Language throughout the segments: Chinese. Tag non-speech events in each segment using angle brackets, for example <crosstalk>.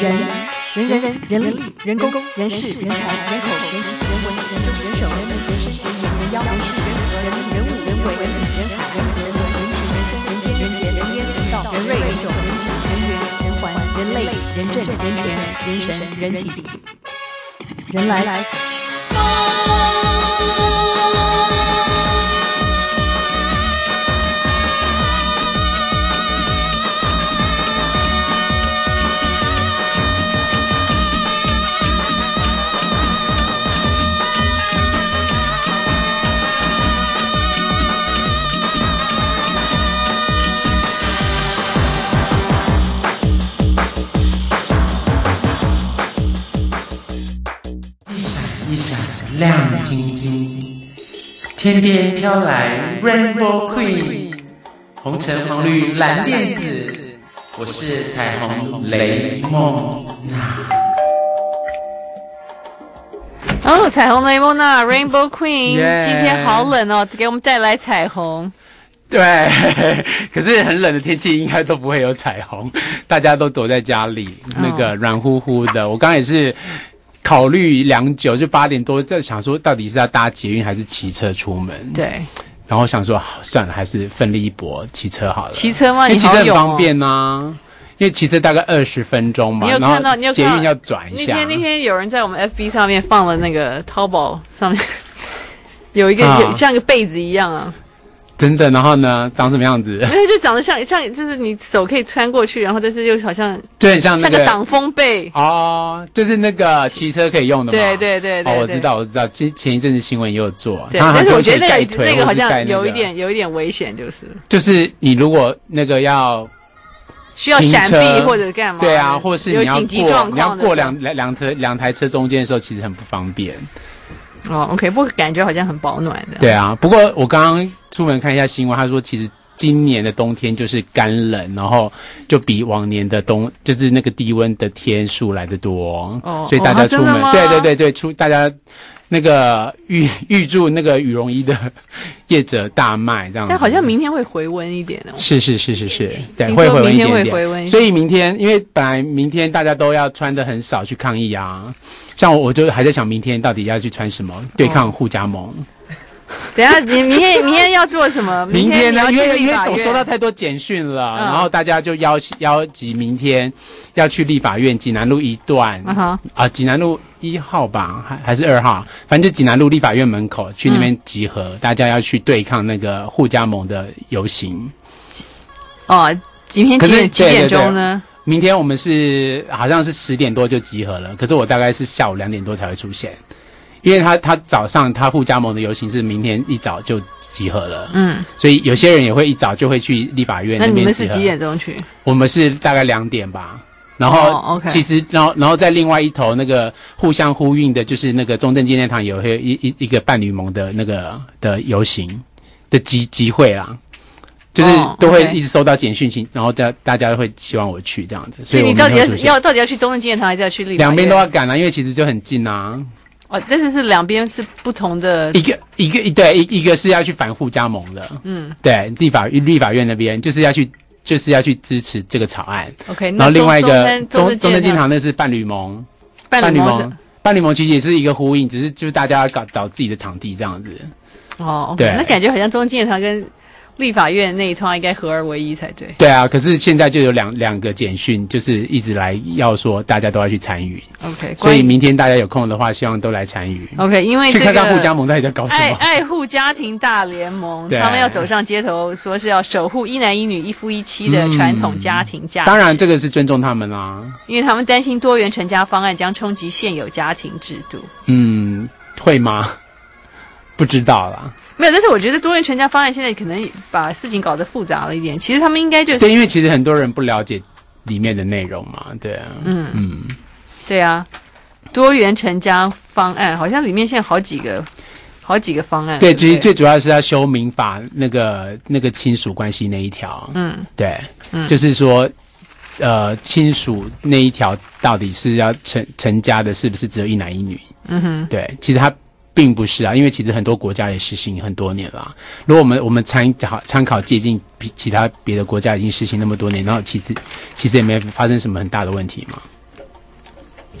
人人人人人力人工人事人才人口人情人文人人手人民人事人眼人妖人事人和人人物人为人理人海人人文人情人生人间人杰人烟人道人瑞人种人质人缘人环人类人政人权人神人体人来。一闪一闪亮晶晶，天边飘来 Rainbow Queen，红橙黄绿蓝靛紫，我是彩虹雷梦娜。哦，彩虹雷蒙娜 （Rainbow Queen），、 Yeah 今天好冷哦，给我们带来彩虹。对， <laughs> 可是很冷的天气应该都不会有彩虹， <laughs> 大家都躲在家里，那个软乎乎的。我刚刚也是考虑良久，就八点多在想说，到底是要搭捷运还是骑车出门？对，然后想说，好算了，还是奋力一搏，骑车好了。骑车吗？因为你骑车好很勇方哦。便啊，因为骑车大概二十分钟嘛，你有然后看到你有捷看到运要转那一下。天那天有人在我们 FB 上面放了那个淘宝上面有一个、啊有像个被子一样啊，真的，然后呢，长什么样子？ <laughs> 因为就长得像像就是你手可以穿过去，然后但是又好像就很像那像个挡风被。哦，就是那个骑车可以用的嘛。对对对对哦，我对知道，我知道，前前一阵子新闻也有做，对，它好但是像我可以觉得盖那个腿那个好或是盖像那有一，点有一点危险，就是就是你如果那个要需要停闪避车或者干嘛的。对啊，或是有你要紧急状过你要况的时过候两两两台两台车中间的时候，其实很不方便。哦，OK，不过感觉好像很保暖的。对啊，不过我刚刚出门看一下新闻，他说其实今年的冬天就是干冷，然后就比往年的冬就是那个低温的天数来的多，哦所以大家哦出真门，的吗对对对对，出大家那个预预祝那个羽绒衣的业者大卖这样子。但好像明天会回温一点哦。是是是是是，对，听会说回温一明天会点回温一点。所以明天，因为本来明天大家都要穿的很少去抗议啊，像我我就还在想明天到底要去穿什么对哦抗护家盟。等一下，你明天明天要做什么？明天天你呢要？去因为因立为法总院收到太多简讯了，嗯然后大家就邀邀集明天要去立法院济南路一段嗯哼啊，济南路一号吧，还还是二号，反正就济南路立法院门口去那边集合，嗯大家要去对抗那个护家盟的游行。哦，今天几可是点几对点对对钟呢？明天我们是好像是十点多就集合了，可是我大概是下午两点多才会出现，因为他他早上他护家盟的游行是明天一早就集合了，嗯，所以有些人也会一早就会去啊立法院那你边们集是合几点钟去？我们是大概两点吧。然后，哦，OK 其实，然后，然后在另外一头那个互相呼应的，就是那个中正纪念堂有一一一一个伴侣盟的那个的游行的集集会啦，就是哦都会 OK 一直收到简讯信，然后大大家会希望我去这样子，所所以以你我到底明要天会是出现要到底要去中正纪念堂，还是要去立法两边都院要赶啊，因为其实就很近啊，哦，但是是两边是不同的一个一个对一一个是要去反护加盟的，嗯，对立法立法院那边就是要去就是要去支持这个草案， OK 那中。然后另外一个中中中正纪念念堂那是伴侣盟。伴伴侣侣盟盟，伴侣盟其实也是一个呼应，只是就是大家要搞找自己的场地这样子。哦，OK，对那感觉好像中正纪念堂跟立法院那一窗应该合二为一才对。对啊，可是现在就有两两个简讯，就是一直来要说大家都要去参与， OK，所关以于明天大家有空的话，希望都来参与， OK，因为去这看看个互加盟到底在搞什爱么。爱护家庭大联盟，哦 <laughs> 对他们要走上街头，说是要守护一男一女、一夫一妻的传统家庭价值。嗯当然，这个是尊重他们啦、因为他们担心多元成家方案将冲击现有家庭制度。嗯，会吗？ <laughs> 不知道啦。没有，但是我觉得多元成家方案现在可能把事情搞得复杂了一点。其实他们应该就是对，因为其实很多人不了解里面的内容嘛，对啊，嗯嗯，对啊，多元成家方案好像里面现在好几个，好几个方案。对，对最不对，最主要是要修民法那个那个亲属关系那一条，嗯对，嗯就是说，呃，亲属那一条到底是要成成家的，是不是只有一男一女？嗯哼，对，其实它并不是啊，因为其实很多国家也实行很多年啦。如果我们我们参考参考借鉴比其他别的国家已经实行那么多年，然后其实其实也没发生什么很大的问题嘛。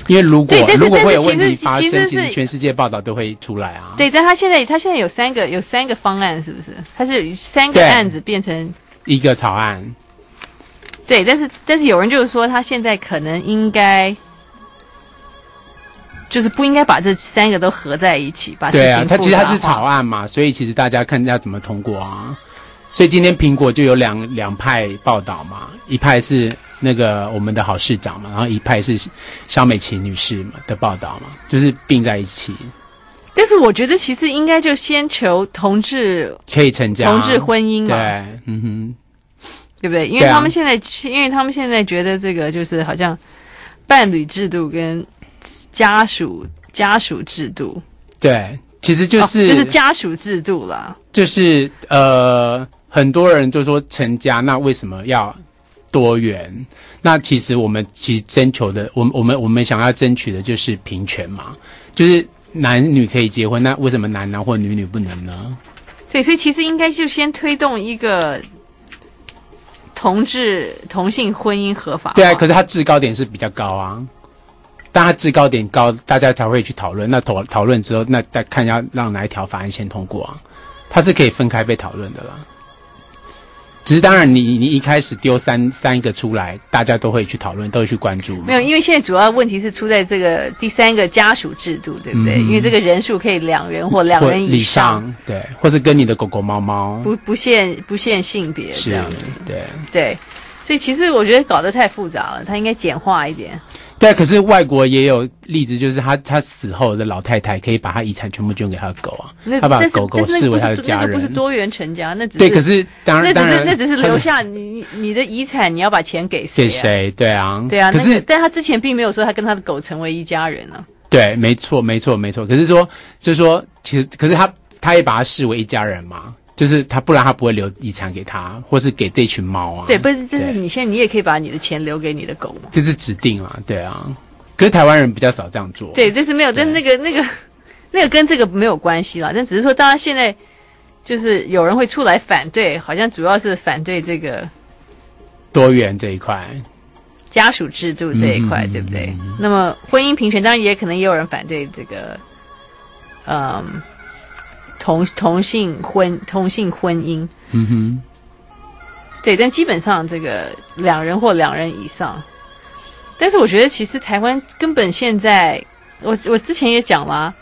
因为如果对但是如果但是会有其问实题发其生，实其实是全世界报道都会出来啊。对，但他现在他现在有三个有三个方案，是不是？他是三个对案子变成一个草案，对，但是但是有人就是说，他现在可能应该。就是不应该把这三个都合在一起，把事 <laughs> 对情啊，它复其实它杂是化草案嘛，所以其实大家看要怎么通过啊。所以今天苹果就有两两派报道嘛，一派是那个我们的好市长嘛，然后一派是肖美琴女士嘛的报道嘛，就是并在一起但是我觉得其实应该就先求同志可以成家。同志婚姻对嘛，，嗯对不对？因为对啊他们现在，因为他们现在觉得这个就是好像伴侣制度跟家属家属制度，哼，对，其实就哦、是、就是家属制度啦。就是呃，很多人就说成家，那为什么要多元？那其实我们其实征求的，我们我们我们想要争取的就是平权嘛，就是男女可以结婚，那为什么男男或女女不能呢？对，所以其实应该就先推动一个同志同性婚姻合法化。对啊，可是它制高点是比较高啊，但它制高点高，大家才会去讨论。那讨讨论之后，那再看要让哪一条法案先通过啊，它是可以分开被讨论的啦。只是当然你，你一开始丢三三个出来，大家都会去讨论，都会去关注嘛。没有，因为现在主要问题是出在这个第三个家属制度，对不对？嗯因为这个人数可以两人或两或人以以上，对，或是跟你的狗狗猫猫不不限不限性别这是样，对对。所以其实我觉得搞得太复杂了，它应该简化一点。对。啊可是外国也有例子，就是他他死后的老太太可以把她遗产全部捐给她的狗啊，那她把但是狗狗但是视那个不为是她的家那个不是人。多元成家，那只是对，可是当那然只当是然那只是留她下你你你的遗产，你要把钱给谁、啊？给？谁？对啊，对啊，可那是个但他之前并没有说他跟他的狗成为一家人啊。对，没错，没错，没错。可是说，就是说，其实可是他他也把他视为一家人嘛，就是他不然他不会留遗产给他，或是给这群猫啊。对，不是，但是对你现在你也可以把你的钱留给你的狗嘛。这是指定啊，对啊。可是台湾人比较少这样做。对，但是没有，但对那个那个那个跟这个没有关系啦，但只是说，当然现在就是有人会出来反对，好像主要是反对这个多元这一块，家属制度这一块，嗯对不对？那么婚姻平权，当然也可能也有人反对这个，嗯，同同性婚同性婚姻，嗯哼。对，但基本上这个两人或两人以上。但是我觉得其实台湾根本现在，我我之前也讲啦、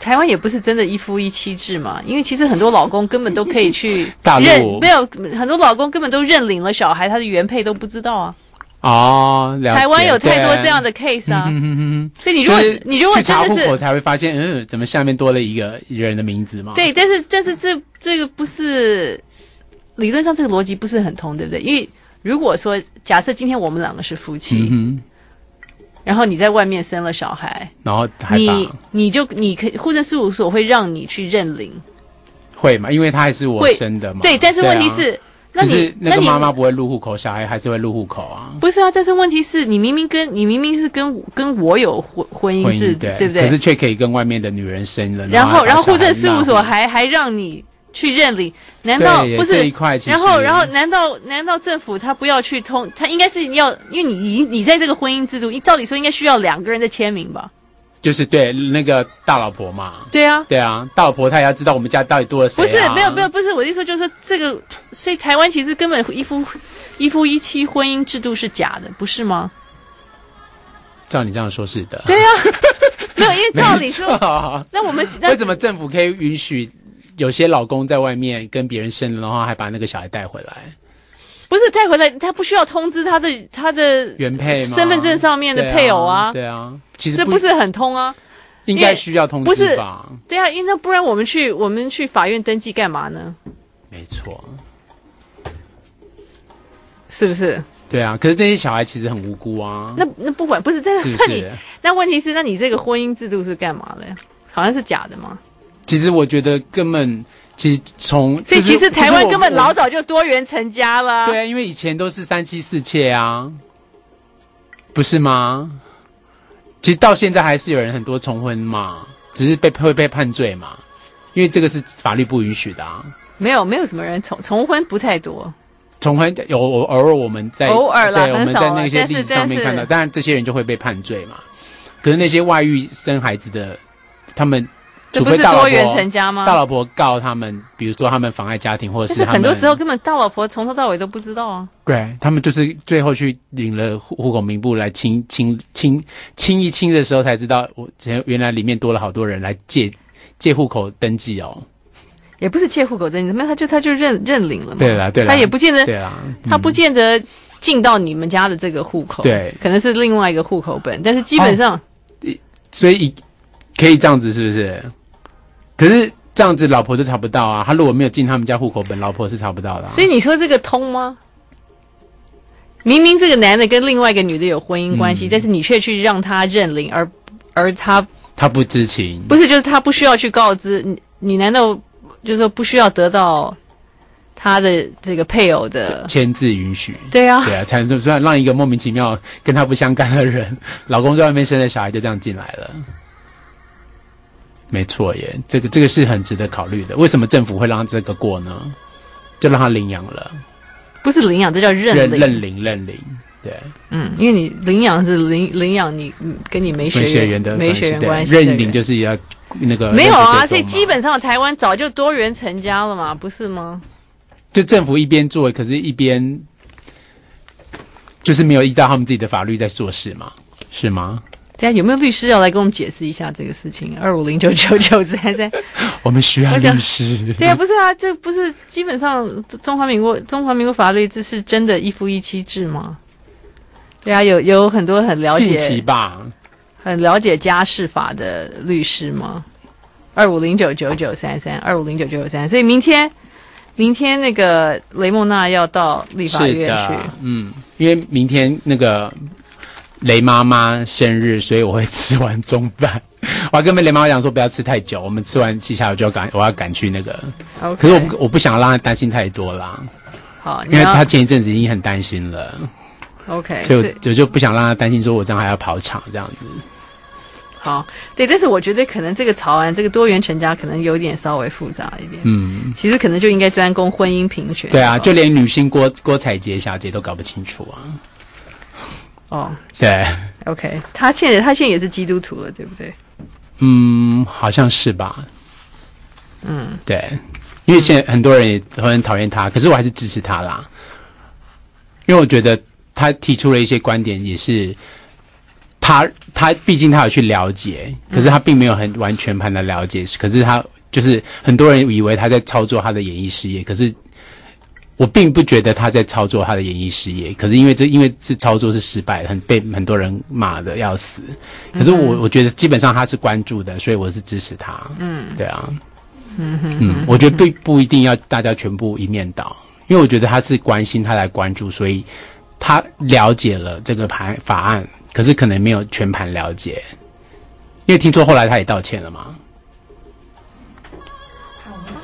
台湾也不是真的一夫一妻制嘛，因为其实很多老公根本都可以去 <laughs> 大陆认，没有很多老公根本都认领了小孩，他的原配都不知道啊。哦，了解台湾有太多这样的。的 case 啊，嗯哼哼所以你如哼果就是你如果去真查的户口是才会发现，嗯，怎么下面多了一个人的名字嘛？，对，但是但是这这个不是理论上这个逻辑不是很通，对不对？因为如果说假设今天我们两个是夫妻，嗯哼，然后你在外面生了小孩，然后还你把你就你可以户政事务所会让你去认领，嗯会嘛，因为他还是我会生的嘛。对，但是问题对啊是，那只你是那个你妈妈不会入户口，小孩还是会入户口啊。不是啊？但是问题是你明明跟你明明是跟跟我有婚婚婚姻制姻度，对不可对是？却可以跟外面的女人生了，然后然然后户政政事务所还还让你去认领，难道对不这是一？块其实？然后，然后，难道难道政府他不要去通？他应该是要，因为你已你在这个婚姻制度，照理说应该需要两个人的签名吧？就是对那个大老婆嘛，对啊，对啊，大老婆她也要知道我们家到底多了谁、不啊。是，没有，没有，，不是我的意思，就是说这个，所以台湾其实根本一夫一夫一妻婚姻制度是假的，不是吗？照你这样说是的。对啊， <laughs> 没有，因为没照理说， <laughs> 错，那我们那为什么政府可以允许有些老公在外面跟别人生了，然后还把那个小孩带回来？不是带回来？他不需要通知他的他的原配吗？身份证上面的对配偶啊对啊，其实这不是很通啊？应因该为需要通不是知吧？对啊，因为那不然我们去我们去法院登记干嘛呢？没错，是不是？对啊，可是那些小孩其实很无辜啊，那那不管不是，但是是不那你是？那问题是，那你这个婚姻制度是干嘛的？好像是假的嘛，其实我觉得根本其实从所以就是其实台就是湾我根本我老早就多元成家了。对啊，因为以前都是三妻四妾啊，不是吗？其实到现在还是有人很多重婚嘛，只是被会被判罪嘛，因为这个是法律不允许的啊。没有没有什么人重重婚不太多，重婚有偶偶尔我们在偶尔啦对，我很们少在啊那些但是例子上面但是看到，当然这些人就会被判罪嘛。可是那些外遇生孩子的，他们这除不非是大老多元婆成家吗？大老婆告他们，比如说他们妨碍家庭，或者啊但是是他很们多时候根本大老婆从头到尾都不知道啊。对他们就是最后去领了户户口名簿来清清清清一清的时候，才知道我前原来里面多了好多人来借借户口登记哦。也不是借户口的，你没有他就他就认认领了嘛。对啦对啦他也不见得，对啊，嗯他不见得进到你们家的这个户口，对可能是另外一个户口本，但是基本上、所以可以这样子是不是？可是这样子老婆就查不到啊。他如果没有进他们家户口本，老婆是查不到的、啊。所以你说这个通吗？明明这个男的跟另外一个女的有婚姻关系，但是你却去让他认领，而而他他不知情，不是，就是他不需要去告知你，你难道就是说不需要得到他的这个配偶的？签字允许。对啊， <laughs> 对啊，才能算让一个莫名其妙跟他不相干的人，老公在外面生了小孩就这样进来了。没错耶，这个这个是很值得考虑的。为什么政府会让这个过呢？就让他领养了，不是领养，这叫认认领。认领认领，对，嗯，因为你领养是领领养你，嗯跟你没跟血缘的没关血系，缘对关，系的人，认领就是要那个没有认啊。识所以对方嘛基本上台湾早就多元成家了嘛，不是吗？就政府一边做，可是一边就是没有依照他们自己的法律在做事嘛，是吗？大家有没有律师要来跟我们解释一下这个事情？二五零九九九三 <laughs> 三，我们需要而且律师，对啊，不是啊，这不是基本上中华民国中华民国法律这是真的一夫一妻制吗？对啊，有有很多很了近期解吧，很了解家事法的律师吗？二五零九九九三三二五零九九九三，所以明天明天那个雷梦娜要到立法是院去的，，嗯，因为明天那个雷妈妈生日，所以我会吃完中饭。 <laughs> 我还跟雷妈妈讲说不要吃太久，我们吃完七下我就要赶，我要赶去那个。 OK，可是我不我不想让她担心太多啦，好，你因为她要前一阵子已经很担心了， OK，所以所以我就就不想让她担心说我这样还要跑场这样子。好，对，但是我觉得可能这个草案，这个多元成家可能有点稍微复杂一点。嗯，其实可能就应该专攻婚姻平权。对啊，就连女星郭郭采洁小姐都搞不清楚啊。哦对， ，OK，他现在他现在也是基督徒了，对不对？嗯，好像是吧。嗯，对，因为现在很多人也都很讨厌他，可是我还是支持他啦，因为我觉得他提出了一些观点，也是他他毕竟他有去了解，可是他并没有很完全盘的了解，可是他就是很多人以为他在操作他的演艺事业，可是。我并不觉得他在操作他的演艺事业，可是因为这因为这操作是失败的，很被很多人骂的要死。可是我我觉得基本上他是关注的，所以我是支持他。嗯，对啊，嗯嗯，我觉得不不一定要大家全部一面倒，因为我觉得他是关心，他来关注，所以他了解了这个盘法案，可是可能没有全盘了解，因为听说后来他也道歉了嘛。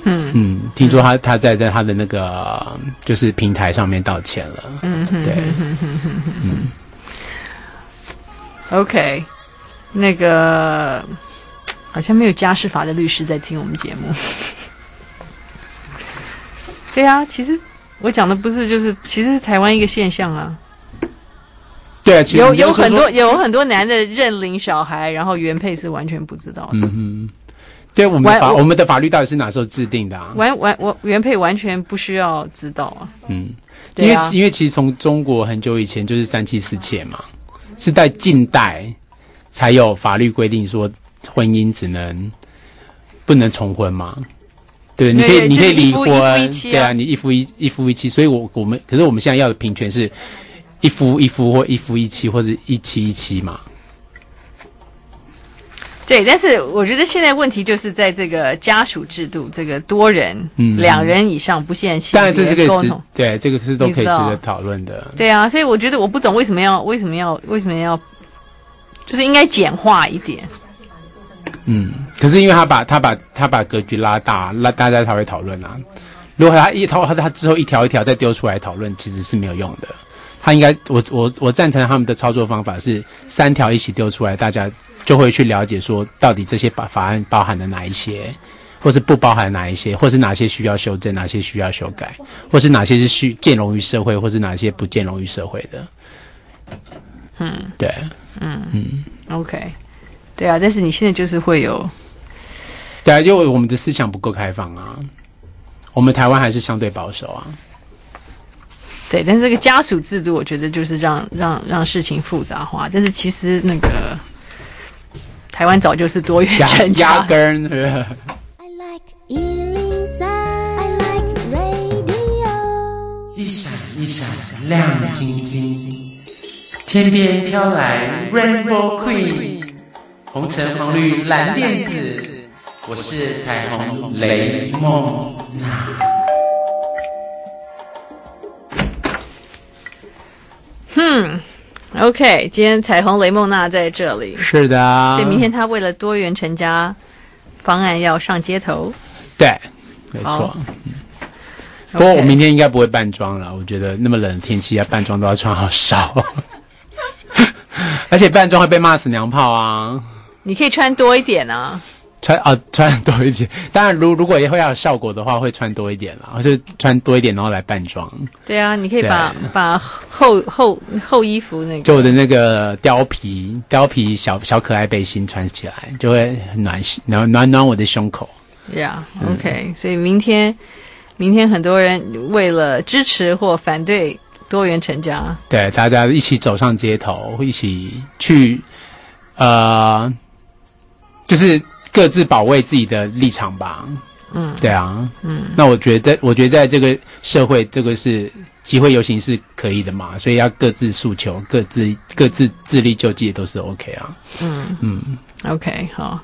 嗯嗯，听说他他在在他的那个就是平台上面道歉了。嗯对， OK，那个好像没有家事法的律师在听我们节目。 <laughs> 对啊，其实我讲的不是就是，其实是台湾一个现象啊，对啊，其实有你就有是说很多有很多男的认领小孩，然后原配是完全不知道的，对我们的完法，我我们的法律到底是哪时候制定的啊？完完完原配完全不需要知道啊。嗯，因对为啊，因为其实从中国很久以前就是三妻四妾嘛，是在近代才有法律规定说婚姻只能不能重婚嘛。对，你可以对你就可是以一离夫婚一夫一，妻啊对啊，你一夫一一夫一妻，所以我我们可是我们现在要的平权是一夫一夫或一夫一妻或者一妻一妻嘛。对，但是我觉得现在问题就是在这个家属制度，这个多人、嗯两人以上不限性当然这是可别以沟值通。，对，这个是都可以值你知道得讨论的。对啊，所以我觉得我不懂为什么要为什么要为什么要，就是应该简化一点。嗯，可是因为他把他把他把格局拉大，拉大家才会讨论啊。如果他一套他他之后一条一条再丢出来讨论，其实是没有用的。他应该，我我我赞成他们的操作方法是三条一起丢出来，大家就会去了解说到底这些法法案包含了哪一些，或是不包含哪一些，或是哪些需要修正，哪些需要修改，或是哪些是需兼容于社会，或是哪些不兼容于社会的。嗯，对， OK，对啊，但是你现在就是会有对啊，因为我们的思想不够开放啊，我们台湾还是相对保守 <laughs> 啊。对，但是这个家属制度，我觉得就是让让让事情复杂化。但是其实那个台湾早就是多元压成压家，根儿， <laughs> I like Ealing Sound. I like radio. 一闪一闪亮晶晶，天边飘来 Rainbow Queen，红橙黄绿蓝靛紫，我是彩虹雷梦娜。 OK，今天彩虹雷梦娜在这里，是的啊。所以明天她为了多元成家方案要上街头。对，没错好。不过我 OK 明天应该不会扮装了，我觉得那么冷的天气要扮装都要穿好少， <laughs> 而且扮装会被骂死娘炮啊！你可以穿多一点啊，穿啊穿多一点，当然如如果也会要有效果的话，会穿多一点啦，就穿多一点然后来扮装。对啊，你可以对把把厚厚厚衣服那个就我的那个貂皮貂皮小小可爱背心穿起来，就会很暖心，暖暖暖我的胸口。嗯，Yeah，OK，、所以明天明天很多人为了支持或反对多元成家，对，大家一起走上街头，一起去，呃，就是各自保卫自己的立场吧。嗯，对啊，嗯，那我觉得，我觉得在这个社会，这个是集会游行是可以的嘛，所以要各自诉求，各自各自自力救济都是 OK 啊。 OK，好。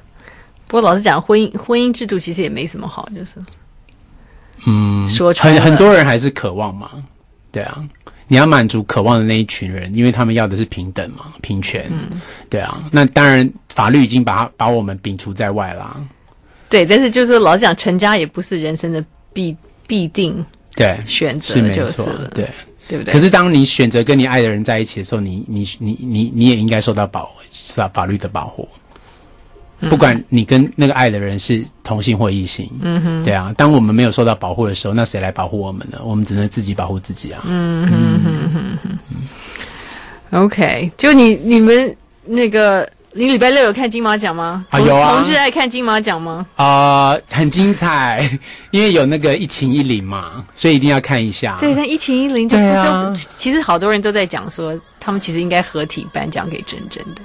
不过老实讲，婚姻婚姻制度其实也没什么好，就是嗯，说穿很了很多人还是渴望嘛，对啊，你要满足渴望的那一群人，因为他们要的是平等嘛，平权，对啊。那当然，法律已经把它把我们摒除在外啦。对，但是就是说老实讲，成家也不是人生的必必定对，选择，是没就是错了，，对。对不对？可是当你选择跟你爱的人在一起的时候，你你你你你也应该受到保受到法律的保护，不管你跟那个爱的人是同性或异性，嗯哼，对啊。当我们没有受到保护的时候，那谁来保护我们呢？我们只能自己保护自己啊。 OK，就你你们那个，你礼拜六有看金马奖吗？啊同有啊同志爱看金马奖吗？啊、很精彩， <laughs> 因为有那个一情一零嘛，所以一定要看一下。对，但一情一零就不啊对都、啊其实好多人都在讲说，他们其实应该合体颁奖给真真的。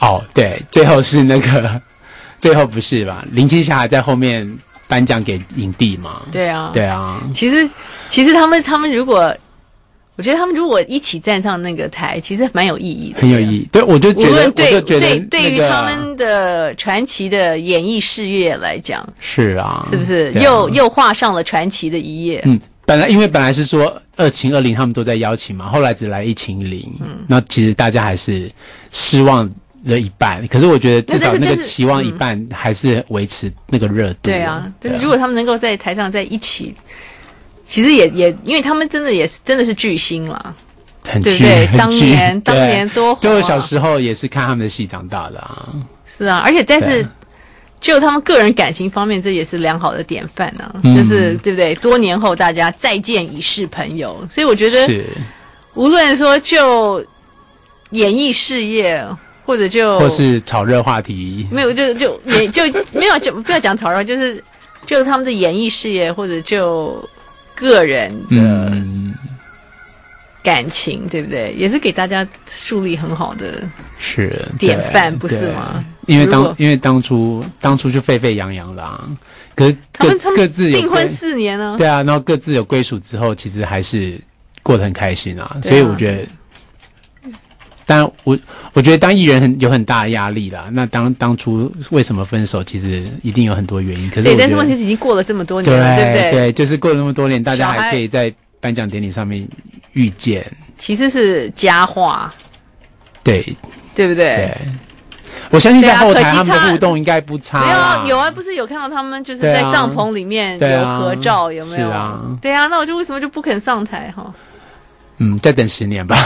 哦，对，最后是那个， <laughs> 最后不是吧？林青霞还在后面颁奖给影帝嘛？对啊，对啊，其实其实他们他们如果，我觉得他们如果一起站上那个台，其实蛮有意义的，很有意义。对，我就无觉得，论我对就觉得、对那个、对于他们的传奇的演艺事业来讲，是啊，是不是对啊又又画上了传奇的一页？嗯，本来因为本来是说二情二零他们都在邀请嘛，后来只来一情零，嗯，那其实大家还是失望了一半，可是我觉得至少那但是那个但是嗯期望一半还是维持那个热度。对啊，但是如果他们能够在台上在一起，其实也也，因为他们真的也是真的是巨星啦。很对不巨对很当巨年当对年多红啊就我小时候也是看他们的戏长大的啊。是啊，而且但是对就他们个人感情方面，这也是良好的典范啊，嗯就是对不对？多年后大家再见已是朋友，所以我觉得是，无论说就演艺事业，或者就或是炒热话题，没有就就也就没有就不要讲讨论，就是就他们的演艺事业，或者就个人的嗯，感情，对不对？也是给大家树立很好的是典对范不是对吗因为如当果因为当初当初就沸沸扬扬啦、可是他各们他们各自有订婚归四年呢、对啊，然后各自有归属之后，其实还是过得很开心啊，对啊所以我觉得但我我觉得当艺人很有很大的压力啦。那当当初为什么分手，其实一定有很多原因。可是我对，觉得但是问题是已经过了这么多对年了，对不对对？就是过了那么多年，大家小孩还可以在颁奖典礼上面遇见。其实是佳话，对对不对？对，我相信在后对啊可台惜他们差的互动应该不差没有啦啊，有啊，不是有看到他们就是对在啊帐篷里面对有啊合照，有没有？是啊对啊，那我就为什么就不肯上台哈？嗯，再等十年吧。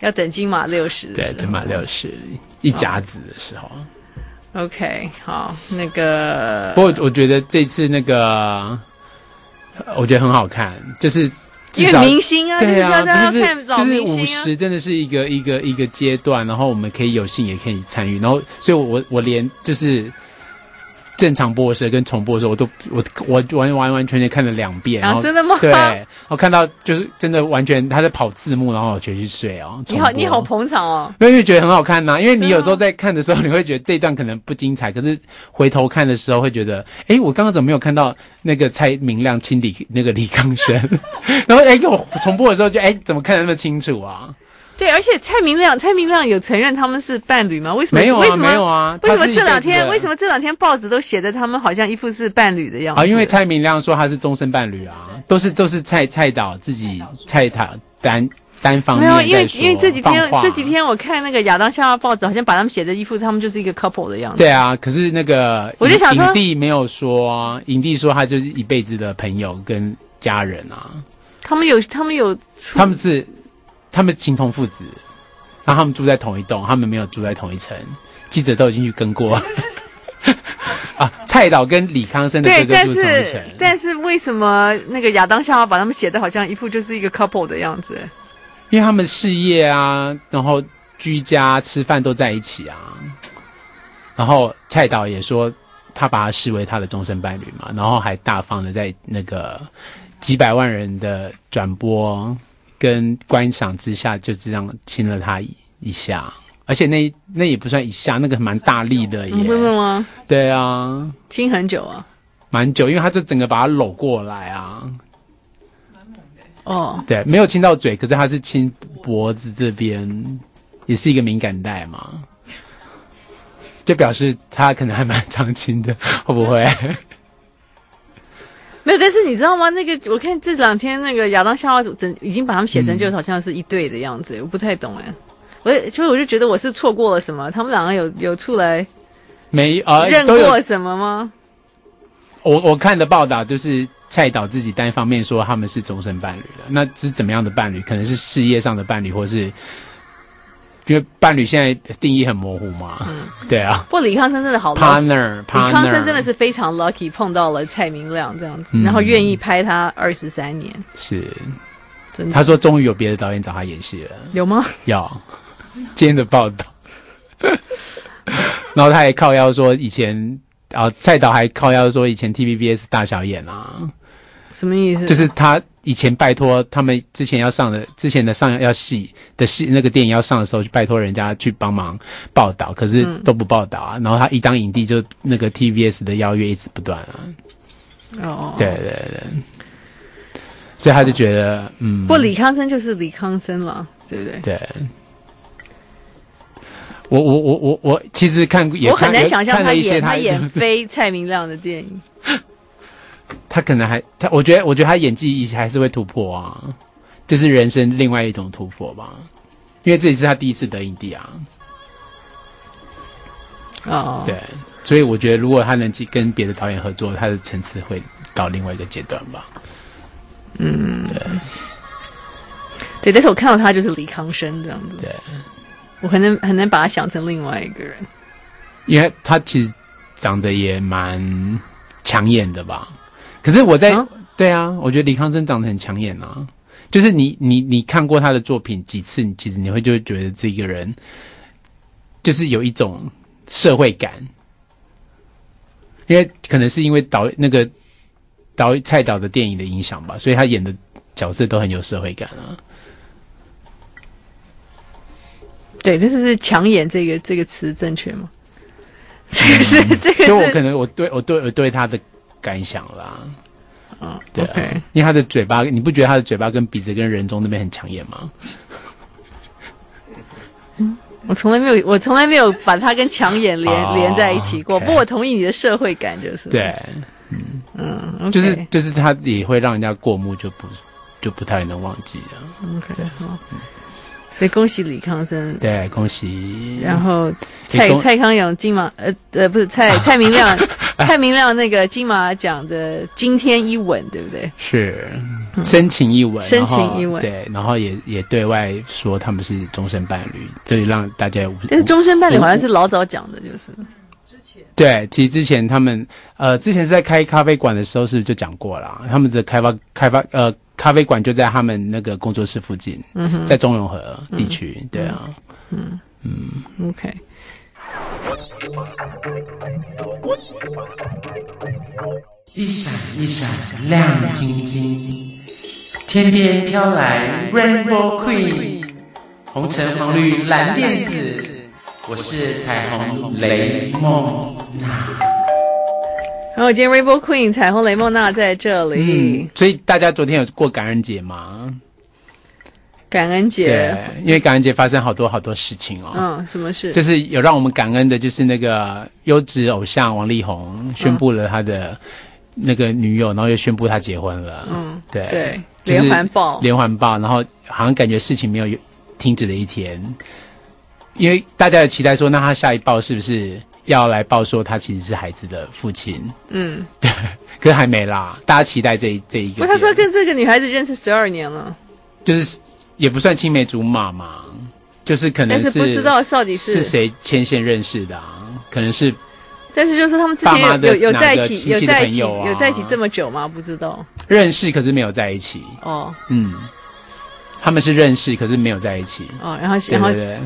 要等金马六十的时对，候，就满六十一甲子的时候。 OK，好，那个不过我觉得这次那个，呃我觉得很好看，就是至因为少明星啊，就是对大啊，家要不是看不老是，明就是五星啊。十真的是一个一个一个阶段，然后我们可以有幸也可以参与，然后所以我我连就是正常播的时候跟重播的时候，我都我我完完完全全看了两遍，啊然后真的吗对，我看到就是真的完全他在跑字幕，然后我就去睡哦。 <laughs> 你好，重播你好捧场哦。因为觉得很好看呐、因为你有时啊候在看的时候，你会觉得这一段可能不精彩，可是回头看的时候会觉得，诶，我刚刚怎么没有看到那个蔡明亮亲李那个李康生？ <laughs> 然后诶，给我重播的时候就诶，怎么看得那么清楚啊？对，而且蔡明亮，蔡明亮有承认他们是伴侣 <laughs> 吗？为什么？没有为啊，什么？没有啊，为什他么是一这两天？辈子的为什么这两天报纸都写着他们好像一副是伴侣的样子？啊？因为蔡明亮说他是终身伴侣啊，都是都是蔡蔡导自己蔡导单单方没面有，因为在说因为这几天放话这几天我看那个亚当夏娃报纸，好像把他们写的一副他们就是一个 couple 的样子。对啊，可是那个我就影想说影帝没有说啊，影帝说他就是一辈子的朋友跟家人啊。他们有他们有出他们是他们情同父子，然后他们住在同一栋，他们没有住在同一层，记者都已经去跟过。 <laughs> 啊，蔡导跟李康生的对，哥哥但住同一层是，但是为什么那个亚当夏娃把他们写的好像一副就是一个 couple 的样子？因为他们事业啊，然后居家吃饭都在一起啊。然后蔡导也说，他把他视为他的终身伴侣嘛，然后还大方的在那个几百万人的转播跟观赏之下，就这样亲了他一一下。而且那那也不算一下，那个蛮大力的你不是耶。吗？对啊，亲很久啊，蛮久，因为他就整个把他搂过来啊。哦，对，没有亲到嘴，可是他是亲脖子这边，也是一个敏感带嘛，就表示他可能还蛮常亲的， <laughs> 会不会？没有。但是你知道吗？那个我看这两天那个亚当夏娃整已经把他们写成就好像是一对的样子，我不太懂哎。我也所以我就觉得我是错过了什么？他们两个有有出来没啊，认都有过什么吗？我我看的报道就是蔡导自己单方面说他们是终身伴侣的，那是怎么样的伴侣？可能是事业上的伴侣，或是因为伴侣现在定义很模糊嘛，对啊不过李康生真的嗯好 lucky ，partner 李 partner，康生真的是非常 lucky 碰到了蔡明亮这样子，嗯然后愿意拍他二十三年，是真的他说终于有别的导演找他演戏了。有吗？要今天的报道，然后他还靠腰说以前啊，蔡导还靠腰说以前 TVBS 大小眼啊，什么意思？就是他以前拜托他们之前要上的之前的上要戏的戏那个电影要上的时候，就拜托人家去帮忙报道，可是都不报道啊。然后他一当影帝就那个 TVBS 的邀约一直不断啊，哦，对对对，所以他就觉得嗯不，过李康生就是李康生了，对不对？对。我我我我我其实看也我很看难也想象看他了一些演他他演 <laughs> 非蔡明亮的电影，他可能还他，我觉得我觉得他演技还是会突破啊，就是人生另外一种突破吧。因为这也是他第一次得影帝啊，哦，对，所以我觉得如果他能去跟别的导演合作，他的层次会到另外一个阶段吧。对，但是我看到他就是李康生这样子，对，我很难很难把他想成另外一个人，因为他其实长得也蛮抢眼的吧。可是我在、啊对啊，我觉得李康生长得很抢眼啊。就是你你你看过他的作品几次，你其实你会就会觉得这个人就是有一种社会感，因为可能是因为导那个导蔡导的电影的影响吧，所以他演的角色都很有社会感啊。对，但是是抢眼这个这个词正确吗？ <laughs> 这个是这个所以嗯我是可能我对我对我对他的感想啦。哦对啊 OK 因为他的嘴巴，你不觉得他的嘴巴跟鼻子跟人中那边很抢眼吗？我从来没有，我从来没有把它跟抢眼连、哦连在一起过。 OK 不过我同意你的社会感，就是对，嗯，OK，就是就是他也会让人家过目就不就不太能忘记了。 OK，好。所以恭喜李康生，对，恭喜。然后蔡也恭蔡康永金马呃呃不是蔡蔡明亮蔡明亮那个金马奖的惊天一吻，对不对？是深情一吻，嗯深然后情一吻对，然后也也对外说他们是终身伴侣，这也让大家无但是终身伴侣好像是老早讲的，就是对，其实之前他们呃，之前是在开咖啡馆的时候，是不是就讲过了啊？他们的开发开发呃，咖啡馆就在他们那个工作室附近，嗯在中永和地区。对啊， OK。一闪一闪亮晶晶，天边飘来 Rainbow Queen，红橙黄绿蓝靛紫，我是彩虹雷梦娜。然后哦今天 Rainbow Queen 彩虹雷梦娜在这里，嗯，所以大家昨天有过感恩节吗？感恩对节，，因为感恩节发生好多好多事情哦。嗯，什么事？就是有让我们感恩的，就是那个优质偶像王力宏宣布了他的那个女友，然后又宣布他结婚了。嗯，对对，就是连环爆，连环爆，然后好像感觉事情没有停止的一天，因为大家有期待说，那他下一爆是不是要来爆说他其实是孩子的父亲？嗯，可是还没啦，大家期待这一这一不过个点。他说跟这个女孩子认识十二年了，就是也不算青梅竹马嘛，就是可能但是不知道到底是是，谁牵线认识的啊，可能是但是就是他们之爸妈前的有有有哪个在一亲起，戚有的在一朋起，友啊有在一起这么久吗？不知道认识，可是没有在一起。哦嗯，他们是认识，可是没有在一起。哦，然后对然后对对，因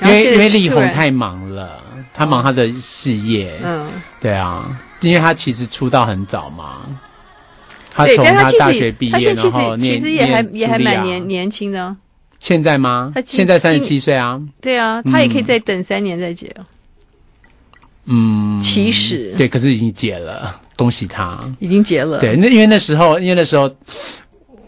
然后为现在因为力突宏然太忙了，他忙他的事业。嗯，对啊，因为他其实出道很早嘛，他对，从但他其大实学也毕他业，现在然后其实念其实也还念也还茱莉亚蛮年年轻的啊，现在吗他？今现在今三十七岁啊，对啊，他也可以再等三年再结哦，嗯，其实对，可是已经解了，恭喜他。已经结了，对，那因为那时候，因为那时候，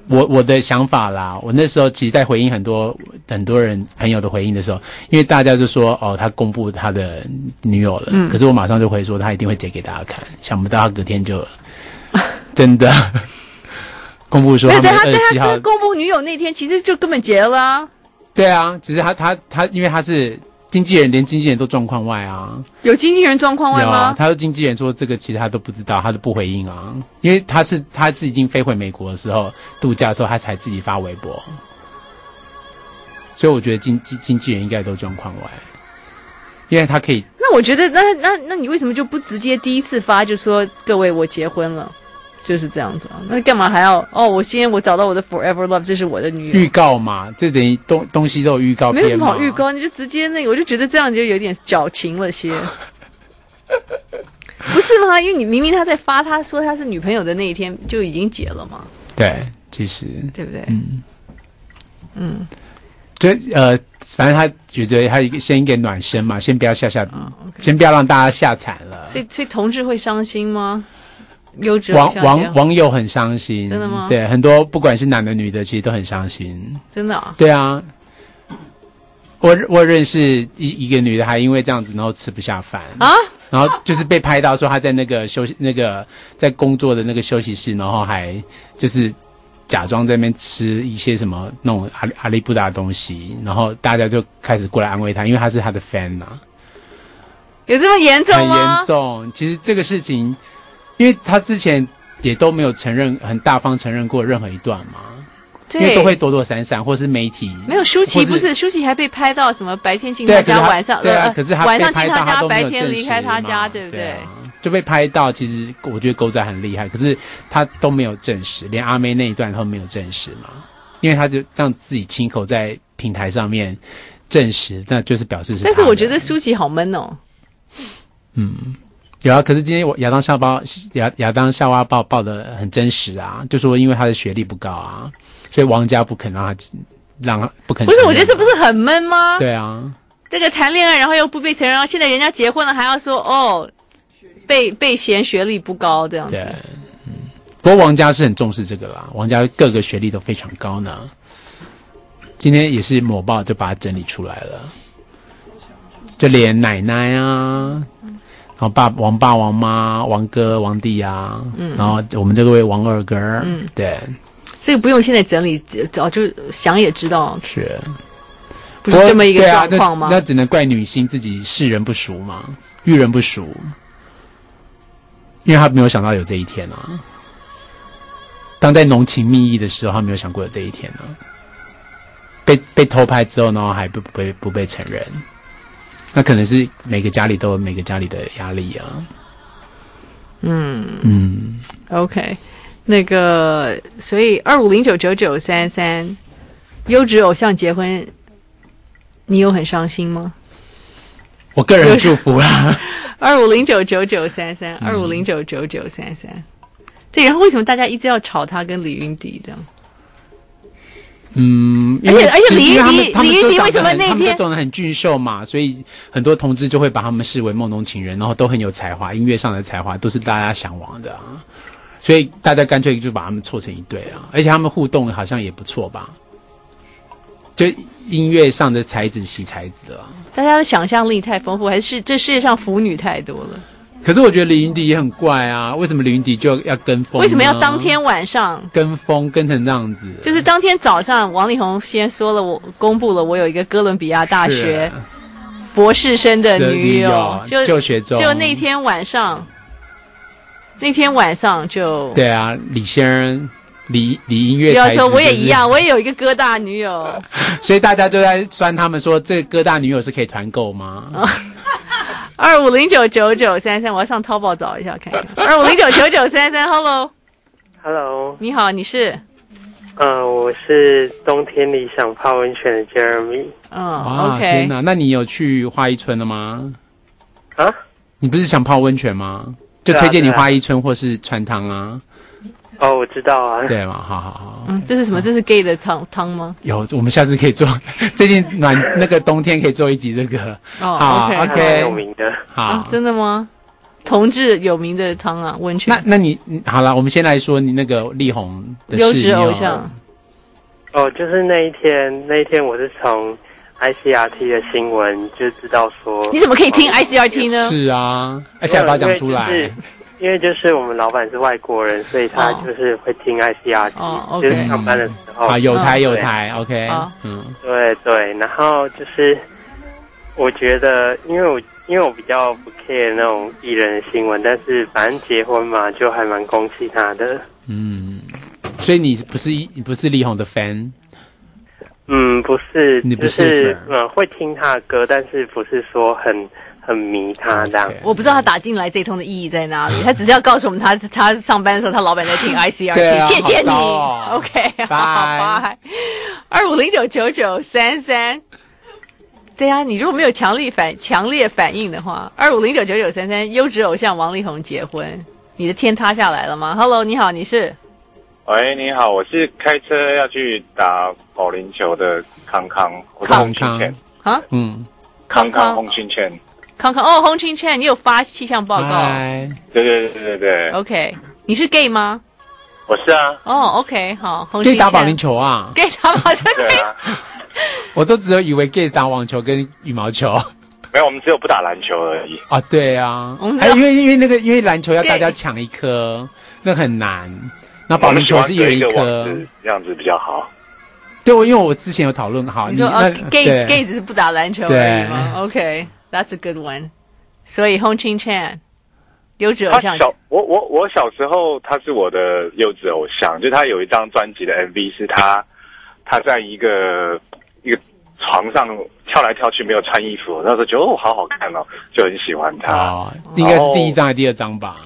我我的想法啦，我那时候其实在回应很多很多人朋友的回应的时候，因为大家就说哦，他公布他的女友了，嗯可是我马上就回说他一定会解给大家看，想不到他隔天就真的公布说没有，他们但他但二十他七号跟，公布女友那天，其实就根本结了啊，对啊，只是他他他，因为他是。经纪人连经纪人都状况外啊，有经纪人状况外有啊吗？他说经纪人说这个其实他都不知道，他都不回应啊，因为他是他是已经飞回美国的时候度假的时候，他才自己发微博，所以我觉得经经经纪人应该都状况外，因为他可以那我觉得，那那那你为什么就不直接第一次发就说各位我结婚了，就是这样子啊？那干嘛还要哦？我今天我找到我的 forever love，这是我的女预友，告嘛，这等于东东西都有预告没片嘛，有什么好预告，你就直接那个，我就觉得这样就有点矫情了些。 <laughs> 不是吗？因为你明明他在发他说他是女朋友的那一天就已经结了嘛，对，其实对不对？嗯就呃，反正他觉得他一个先一个暖身嘛，先不要下下，先不要让大家吓惨了。哦所以所以同志会伤心吗？优质偶网像这网样网友很伤心，真的吗对，很多不管是男的女的，其实都很伤心。真的啊，对啊，我我认识一一个女的，还因为这样子，然后吃不下饭啊，然后就是被拍到说她在那个休息那个在工作的那个休息室，然后还就是假装在那边吃一些什么那种阿里阿里布达的东西，然后大家就开始过来安慰她，因为她是她的 fan 嘛、有这么严重很吗？严重。其实这个事情，因为她之前也都没有承认，很大方承认过任何一段嘛，因为对，都会躲躲闪闪，或是媒体没有舒淇或是不是舒淇还被拍到什么白天进对啊，他家，可是他晚上对啊呃，可是他晚被上进拍到他他家，都没白有天证离实开他家，嘛对对不对？啊就被拍到，其实我觉得狗仔很厉害，可是他都没有证实，连阿妹那一段他都没有证实嘛，因为他就让自己亲口在平台上面证实，那就是表示是他但的。是我觉得舒淇好闷哦，有啊，可是今天我亚当夏巴亚亚当夏娃报报的很真实啊，就说因为他的学历不高啊，所以王家不肯让他让他不肯不承认是？嘛。我觉得这不是很闷吗？对啊，这个谈恋爱然后又不被承认，然后现在人家结婚了还要说哦，被被嫌学历不高这样子对，，嗯，不过王家是很重视这个啦，王家各个学历都非常高呢。今天也是某报就把它整理出来了，就连奶奶啊，然后爸王爸王妈王哥王弟啊，然后我们这位王二哥，嗯，对，这个不用现在整理，早就想也知道，是不是这么一个对啊状况吗？那那只能怪女性自己视人不熟嘛，遇人不熟，因为她没有想到有这一天啊。当在浓情蜜意的时候，她没有想过有这一天啊。被被偷拍之后，然后还不不被不被承认，那可能是每个家里都有每个家里的压力啊。嗯嗯， OK，那个，所以二五零九九九三三，优质偶像结婚，你有很伤心吗？我个人祝福啦。二五零九九九三三，嗯二五零九九九三三。对，然后为什么大家一直要炒他跟李云迪这样？嗯，而且因为而且其实李因为他李们他们李就玉长为什得么很那他们天就长得很俊秀嘛，所以很多同志就会把他们视为梦中情人，然后都很有才华，音乐上的才华都是大家向往的、啊，所以大家干脆就把他们凑成一对啊，而且他们互动好像也不错吧，就音乐上的才子喜才子啊。大家的想象力太丰富，还是这世界上腐女太多了？可是我觉得李云迪也很怪啊，为什么李云迪就要跟风呢？为什么要当天晚上？跟风跟成这样子？就是当天早上，王力宏先说了我，公布了我有一个哥伦比亚大学博士生的的女友，就就学中就那天晚上，那天晚上就对啊，李先生，李李音乐不要才说子啊我也就一是样，我也有一个哥大女友。所以大家就在酸他们说，这哥大女友是可以团购吗？哦二五零九九九三三，我要上淘宝找一下看看。二五零九九九三三，Hello， Hello，你好，你是呃，我是冬天里想泡温泉的 Jeremy 嗯哇，啊天，OK，哪！那你有去花一村了吗？啊，你不是想泡温泉吗？就对啊推荐你对啊花一村或是川汤 <laughs> 啊，哦，我知道啊，对吗？好好好，嗯，这是什么？这是 gay 的汤汤吗？有我们下次可以做， <laughs> 最近暖那个冬天可以做一集这个，哦好，OK，还 OK 蛮有名的。啊好，。真的吗？同志有名的汤啊，温泉那。那你你好了，我们先来说你那个力宏的优事质你有偶像，哦，就是那一天，那一天我是从 ICRT 的新闻就知道说，哦你怎么可以听哦 ICRT 呢？是啊，而且还把它讲出来，因为就是因为就是我们老板是外国人，所以他哦就是会听 ICRT，、哦，OK 就是上班的时候。啊，有台嗯有台，OK，好嗯，对对，然后就是我觉得，因为我因为我比较不 care 那种艺人的新闻，但是反正结婚嘛，就还蛮恭喜他的。嗯，所以你不是一你不是力宏的 fan，嗯，不是，你不就是是粉嗯、呃会听他的歌，但是不是说很很迷他这样。哦 OK 我不知道他打进来这一通的意义在哪 <laughs> 里，他只是要告诉我们他他上班的时候他老板在听对 ICRT，、啊谢谢你、好糟哦 o k 好拜拜，二五零九九九三三。对啊，你如果没有强力反强烈反应的话，二五零九九九三三优质偶像王力宏结婚，你的天塌下来了吗？Hello，你好，你是喂，你好，我是开车要去打保龄球的康康，我是康洪庆康倩，啊嗯，康康康康洪庆倩，康康哦 h o n g Chin Chan，你有发气象报告嗨，对对对对对， ？OK，你是 gay 吗？我是啊，哦、o k 好 h o n g Chin 可 Chan 以打保龄球啊， ，gay 打保龄球。对啊，我都只有以为 gay 打网球跟羽毛球没有，我们只有不打篮球而已。 <laughs> 啊，对啊我们，知还道有因为因为那个因为篮球要 gay 大家抢一颗，那很难，那啊保龄球是一人一一个网颗，子，这样子比较好。对，我因为我之前有讨论好，你说啊呃那哦，gay 对 gay 只是不打篮球而已吗？OK，that's、a good one。所以 Hong Chin Chan 优质偶他像，小我我我小时候他是我的幼稚偶像，就他有一张专辑的 MV 是他他在一个一个床上跳来跳去没有穿衣服，那时候觉得哦好好看哦，就很喜欢他。哦，应该是第一张还是第二张吧？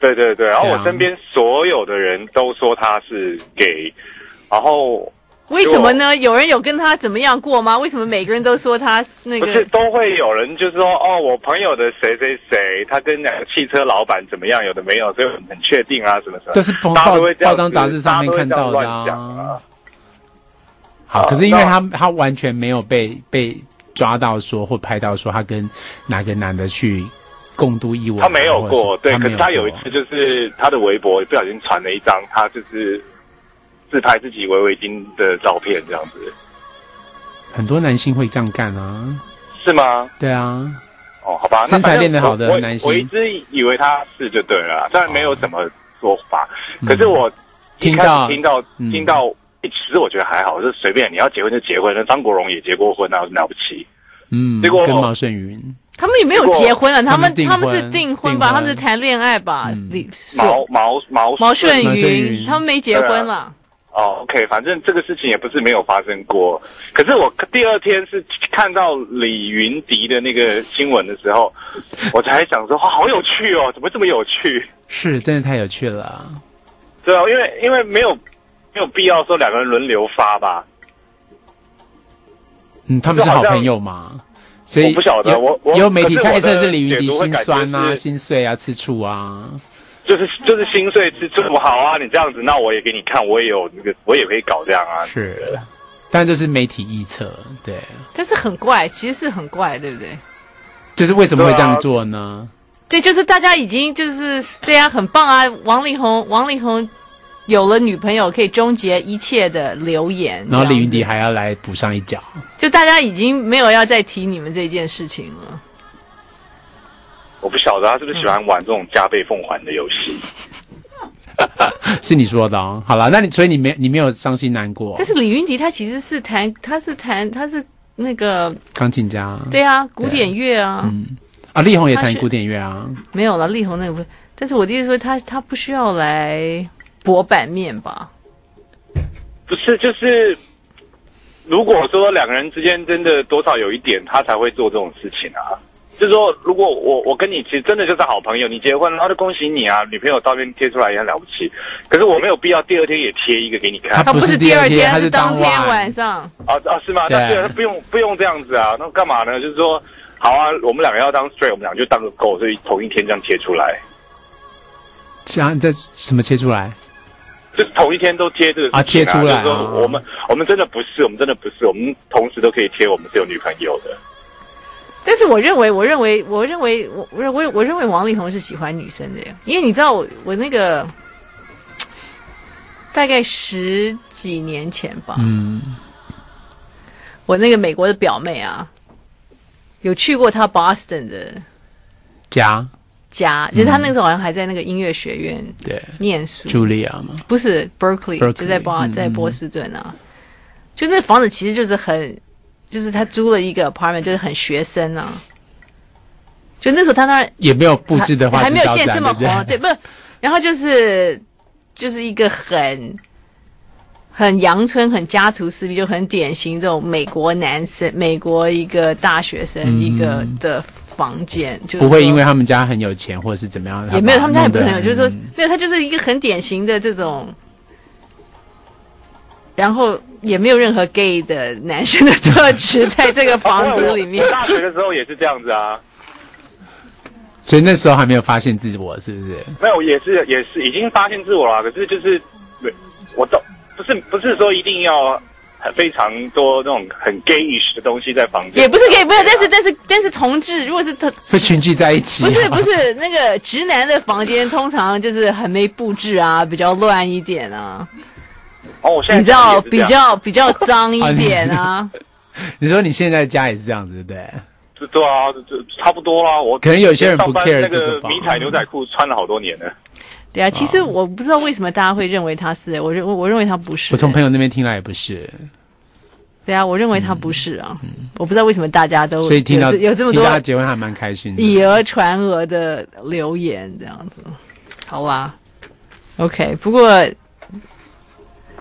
对对对，然后对啊我身边所有的人都说他是 gay，然后为什么呢？有人有跟他怎么样过吗？为什么每个人都说他那不个？是都会有人就是说哦，我朋友的谁谁谁，他跟那个汽车老板怎么样，有的没有，所以我很确定啊，什么什么，都是从大家报都会这报样子章杂志上面看到的大家都会这样乱讲啊啊。好，啊可是因为那他他完全没有被被抓到说或拍到说他跟哪个男的去共度一晚啊，他没有过或，者对，可没是他有一过次就是他的微博不小心传了一张他就是自拍自己围围巾的照片这样子，很多男性会这样干啊。是吗？对啊，哦，好吧，那身材反正练得好我的我男我一星直以为他是就对了啦，虽然没有什么说法，可是嗯我一听开始到听到嗯听到，哎其实我觉得还好，就是随便你要结婚就结婚，那张国荣也结过婚啊，了不起。嗯，结果跟毛舜筠，他们也没有结婚啊，他他们们订他们婚是订婚订吧，婚嗯他们是谈恋爱吧，李毛毛毛毛舜毛舜筠，筠他们没结对啊婚啦。哦，OK，反正这个事情也不是没有发生过。可是我第二天是看到李云迪的那个新闻的 <laughs> 时候，我才想说，哇，好有趣哦，怎么这么有趣？是真的太有趣了啊。对啊，因为因为没有没有必要说两个人轮流发吧。嗯，他们是就好好像朋友嘛，所以我不晓得有我我有媒体可是猜我的测是李云迪解读会心感觉酸啊、是心碎啊、吃醋啊。就是就是心碎是这么好啊，你这样子，那我也给你看，我也有那个，我也可以搞这样啊。是，但这是媒体臆测，对，但是很怪，其实是很怪，对不对？就是为什么会这对样啊做呢？对，就是大家已经就是这样很棒啊！王力宏，王力宏有了女朋友，可以终结一切的流啊言。然后李云这迪样子，还要来补上一脚，就大家已经没有要再提你们这件事情了。哦我不晓得啊他是不是喜欢玩这种加倍奉还的游戏。是你说的哦。好了，那你所以你没你没有伤心难过但，是李云迪他其实是弹，他是弹，他是那个钢琴家对啊，古典乐啊，啊，力宏也弹他是古典乐啊，没有了力宏那个不。但是我的意思说他，他不需要来博版面吧？不是，就是如果说两个人之间真的多少有一点，他才会做这种事情啊。就是说，如果我我跟你其实真的就是好朋友，你结婚，然后就恭喜你啊，女朋友照片贴出来也很了不起。可是我没有必要第二天也贴一个给你看他他不是是第第二二天天，他他是当当晚天晚上。啊啊，是吗？对那对啊，那不用不用这样子啊，那干嘛呢？就是说，好啊，我们两个要当 straight，我们俩就当个够，所以同一天这样贴出来。这样这什么切出来？就是同一天都贴这个事情啊贴出来就是啊说我们我们真的不是，我们真的不是，我们同时都可以贴，我们是有女朋友的。但是我认为，我认为，我认为，我我我我认为王力宏是喜欢女生的耶，因为你知道我我那个大概十几年前吧，嗯，我那个美国的表妹啊，有去过她 Boston 的家家，嗯就是她那个时候好像还在那个音乐学院对，念书，茱莉亚嘛，不是 Berkeley，, Berkeley，就在波嗯在波士顿啊。就那房子其实就是很，就是他租了一个 apartment，就是很学生啊。就那时候他那也没有布置的话，还还没有至少现在这展么对不对红，对不？然后就是就是一个很很阳春、很家徒四壁，就很典型这种美国男生、美国一个大学生一个的房间，就是不会因说为他们家很有钱或者是怎么样，也没有，把他们家也不是弄很得有，就是说，没有，他就是一个很典型的这种，然后也没有任何 gay 的男生的特质在啊这个房子里面 <laughs> 我。大学的时候也是这样子啊，嗯所以那时候还没有发现自我，是不是？没有，也是也是已经发现自我了，可是就是没我都不是不是说一定要很非常多那种很 gayish 的东西在房间，也不是 gay，没有，但是但是但是同志，如果是同会群聚在一起、不是不是那个直男的房间，通常就是很没布置啊，比较乱一点啊，哦，我现在比较也是这比样较比较脏一点 <laughs> 啊。你说你现在家也是这样子，对不对？对对啊，这这差不多啦。我可能有些人不上班 care 那这个个吧迷彩牛仔裤穿了好多年了。对啊，其实我不知道为什么大家会认为他是，我认我我认为他不是。我从朋友那边听来也不是，对啊，我认为他不是啊，我不知道为什么大家都嗯所以听到哦有这有这么听到他多结婚还蛮开心以的。讹传讹的留言，这样子，好啦，OK。不过，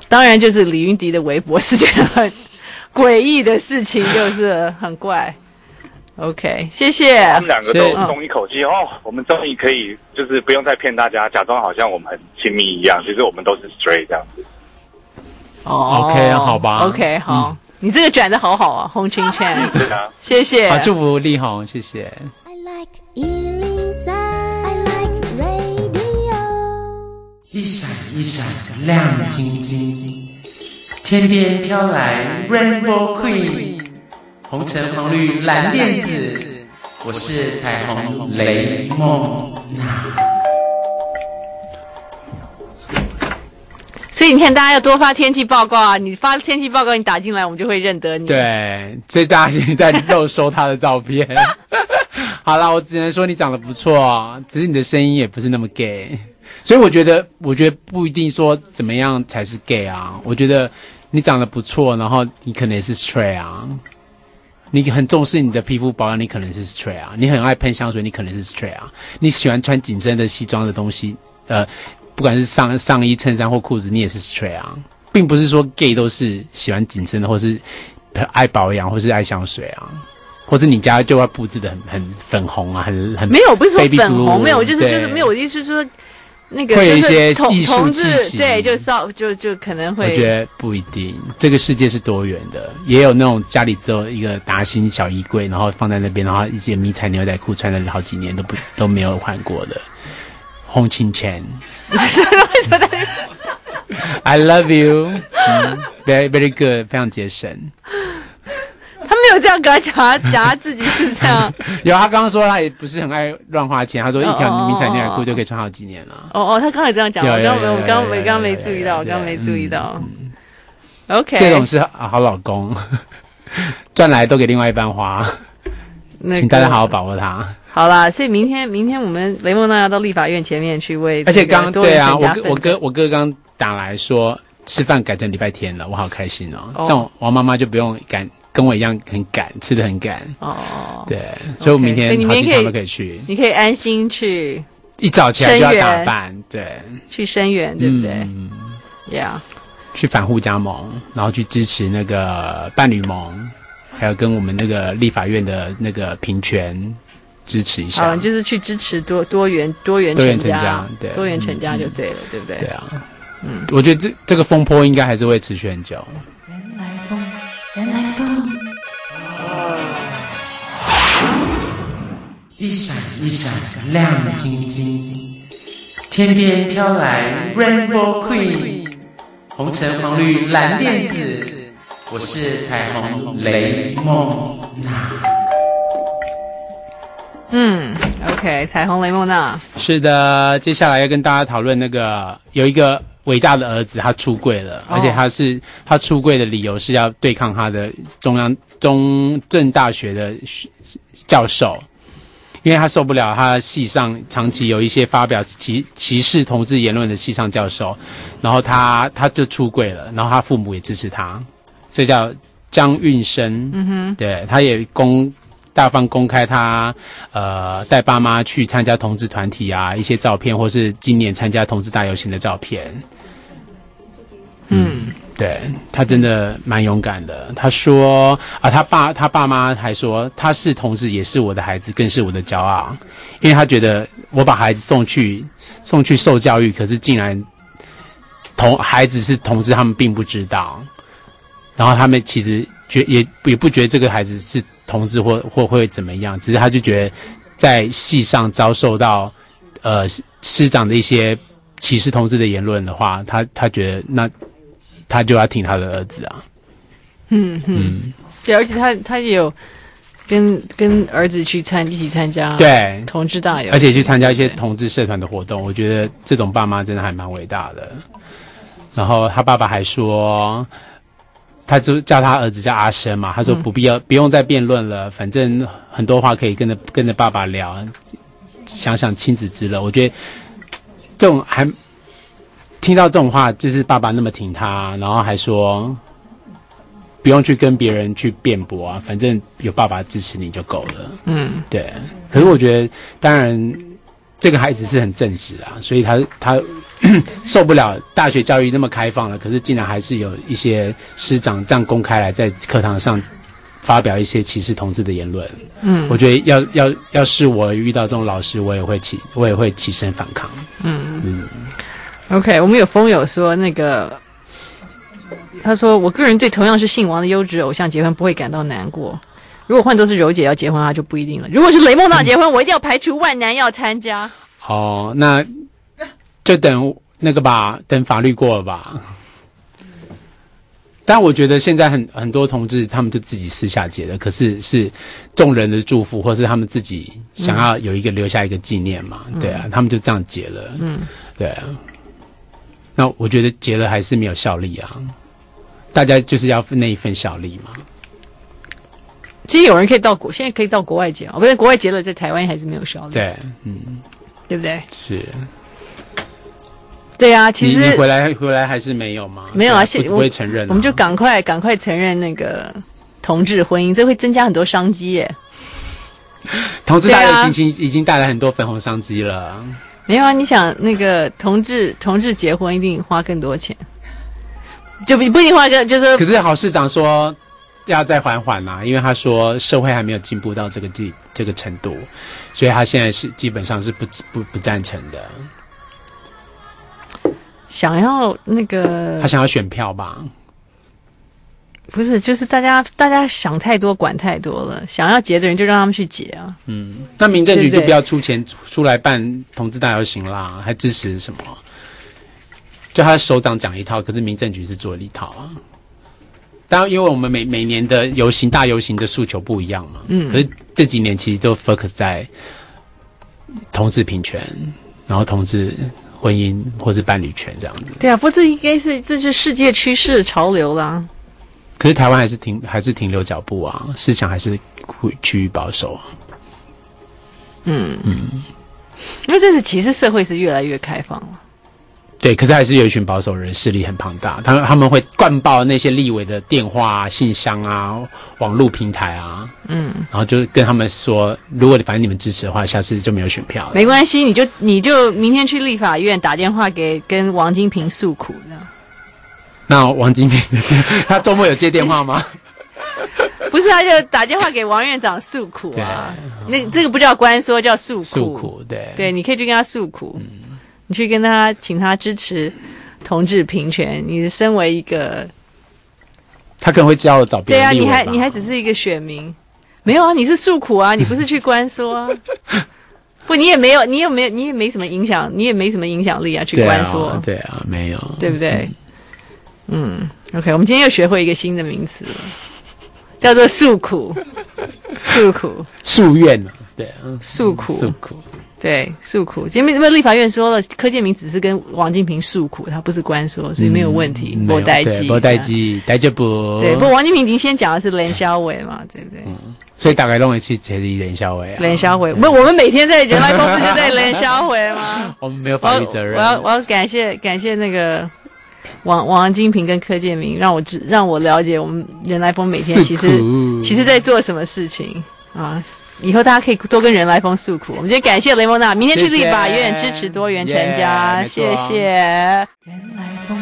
当然就是李云迪的微博是件很诡异的事情，就是很怪。OK，谢谢。他们两个所以嗯都松一口气哦，我们终于可以就是不用再骗大家，假装好像我们很亲密一样，其实我们都是 straight 这样子。哦 OK，好吧嗯 OK，好，你这个转的好好啊，红青青， <laughs> 对啊，谢谢。好，祝福力宏，谢谢。 I like Ealing Sound. I like radio. 一闪一闪亮晶晶，天边飘来 Rainbow Queen，红橙黄绿蓝靛紫，我是彩虹雷梦。所所以你看，大家要多发天气报告啊！你发天气报告，你打进来，我们就会认得你。，对，所以大家现在都收他的照片。好啦，我只能说你长得不错，只是你的声音也不是那么 gay，所以我觉得，我觉得不一定说怎么样才是 gay 啊。我觉得你长得不错，然后你可能也是 straight 啊。你很重视你的皮肤保养，你可能是 straight 啊；你很爱喷香水，你可能是 straight 啊；你喜欢穿紧身的西装的东西，呃，不管是上上衣、衬衫或裤子，你也是 straight 啊。并不是说 gay 都是喜欢紧身的，或是爱保养，或是爱香水啊，或是你家就要布置的很很粉红啊，很很没有，我不是说 baby 粉 blue，红，没有，我就是对就是没有，我的意思是说，那个会有一就是些同艺术同气志息对，就少就就可能我会觉得不一定，这个世界是多元的，也有那种家里只有一个达新小衣柜，然后放在那边，然后一件迷彩牛仔裤穿了好几年都不都没有换过的。红青钱为什么大家，I love you，嗯，very very good，非常节省。 <laughs> 他没有这样跟他讲，他讲他自己是这 <laughs> 样。有，他刚刚说他也不是很爱乱花钱，他说一条迷彩牛仔裤就可以穿好几年了。哦哦，他刚才这样讲，有我有刚没有我有刚有没有刚刚没有有注意有到，有我刚刚没嗯注意到。OK，这种是好好老公，赚来都给另外一半花， <laughs> 那请大家个好好把握它。好啦，所以明天明天我们雷梦娜要到立法院前面去为这个而且刚多元对啊，成我家哥奋我斗哥我哥刚打来说吃饭改成礼拜天了，我好开心哦。哦这样王妈妈就不用赶，跟我一样很赶，吃的很赶。哦哦，哦对，所以我明所以天你好明几天可场以都可以去，你可以安心去一早起来就要声打援扮，对，去声援，对不对嗯？Yeah，去反互加盟，然后去支持那个伴侣盟，还有跟我们那个立法院的那个平权支持一好，你。下啊就是去支持多多元多元多元成成家对多元成家就对了，对不嗯对对？啊，嗯，我觉得这这个风波应该还是会持续很久。一闪一闪亮晶晶，天边飘来 Rainbow Queen，红橙黄绿蓝靛紫，我是彩虹雷梦娜。嗯，OK，彩虹雷梦娜，是的，接下来要跟大家讨论那个有一个伟大的儿子，他出柜了，而且他是他出柜的理由是要对抗他的中央中正大学的学教授，因为他受不了他系上长期有一些发表歧歧视同志言论的系上教授，然后他他就出柜了，然后他父母也支持他，这叫张运生，嗯哼，对，他也公大方公开他呃带爸妈去参加同志团体啊，一些照片，或是今年参加同志大游行的照片。嗯，对他真的蛮勇敢的。他说啊，他爸他爸妈还说他是同志，也是我的孩子，更是我的骄傲，因为他觉得我把孩子送去送去受教育，可是竟然同孩子是同志，他们并不知道，然后他们其实觉也也不觉得这个孩子是同志或或会怎么样，只是他就觉得在戏上遭受到呃师长的一些歧视同志的言论的话，他他觉得那他就要挺他的儿子啊。对，而且他他也有跟跟儿子去参一起参加对，同志大游行，而且去参加一些对不对同志社团的活动，我觉得这种爸妈真的还蛮伟大的。然后他爸爸还说，他就叫他儿子叫阿生嘛，他说不必要，不用再辩论了，反正很多话可以跟着跟着爸爸聊，想想亲子之乐。我觉得这种还听到这种话，就是爸爸那么挺他，然后还说。不用去跟别人去辩驳啊，反正有爸爸支持你就够了。嗯，对，可是我觉得，当然这个孩子是很正直啊，所以他他 <clears throat> 受不了大学教育那么开放了，可是竟然还是有一些师长这样公开来在课堂上发表一些歧视同志的言论。嗯，我觉得要要要是我遇到这种老师，我也会起我也会起身反抗。 OK，我们有风友说那个，他说我个人对同样是姓王的优质偶像结婚不会感到难过。如果换作是柔姐要结婚，她就不一定了。如果是雷梦娜结婚，我一定要排除万难要参加。哦，那就等那个吧，等法律过了吧。但我觉得现在很很多同志，他们就自己私下结的，可是是众人的祝福，或是他们自己想要嗯有一个留下一个纪念嘛，对啊，他们就这样结了，嗯，对啊，那我觉得结了还是没有效力啊。大家就是要那一份效力嘛。 <laughs> 嗯其实有人可以到国，现在可以到国外结啊，不是国外结了，在台湾还是没有效力，对，嗯对不对？是。对啊，其你实你回来回来还是没有吗？没有啊对现不不我会承认啊、我们就赶快赶快承认那个同志婚姻，这会增加很多商机耶。同志大对啊游行已经已经带来很多粉红商机了。没有啊，你想那个同志同志结婚一定花更多钱，就比不一定花更就是可是郝市长说要再缓缓啦、因为他说社会还没有进步到这个地这个程度，所以他现在是基本上是不不不赞成的。想要那个他想要选票吧？不是就是大家大家想太多管太多了，想要结的人就让他们去结啊。那民政局对就对不要出钱出出来办同志大游行啦，还支持什么？就他首长讲一套，可是民政局是做一套啊。当然，因为我们每每年的游行大游行的诉求不一样嘛，嗯，可是这几年其实都 focus 在同志平权，然后同志婚姻或是伴侣权这样子。对啊，不过这应该是这是世界趋势潮流啦。可是台湾还是停还是停留脚步啊，思想还是趋于保守啊。因为这是其实社会是越来越开放了。对，可是还是有一群保守人势力很庞大，他们他们会灌爆那些立委的电话、啊、信箱啊、网络平台啊，嗯，然后就跟他们说，如果反正你们支持的话，下次就没有选票了。没关系，你就你就明天去立法院打电话给跟王金平诉苦，这样那王金平 <laughs> 他周末有接电 <laughs> 话吗？不是他啊就打电话给王院长诉苦啊。那这个不叫官说，叫诉苦。诉苦，对对，你可以去跟他诉苦，嗯你去跟他请他支持同志平权。你身为一个他可能会叫我找别对啊，人立你委还吧你还只是一个选民，没有啊，你是诉苦啊，你不是去关说啊。不，你也没有，你也没有，你也没什么影响，你也没什么影响力啊，去对关啊说。对啊，没有，对不对？嗯 o k 我们今天又学会一个新的名词了，叫做诉苦，诉苦，诉愿啊，对啊，诉苦，诉苦，对，诉苦。前面因为立法院说了，柯建明只是跟王金平诉苦，他不是官说，所以没有问题。嗯没有莫代对机，没代。机，哦代就不，对，不过王金平已经先讲的是连销委嘛，对不对？嗯所以大概认为去这里连小伟啊，连销委，不，我们每天在人来公司就在连销委吗？ <laughs> 我们没有我法要律责任我。要我要感谢感谢那个王王金平跟柯建明，让我知让我了解我们人来疯每天其实苦其实在做什么事情啊。以后大家可以多跟人来疯诉苦。我们今天感谢雷蒙娜，明天去谢谢立法院支持多元成家，耶没错谢谢。原来风。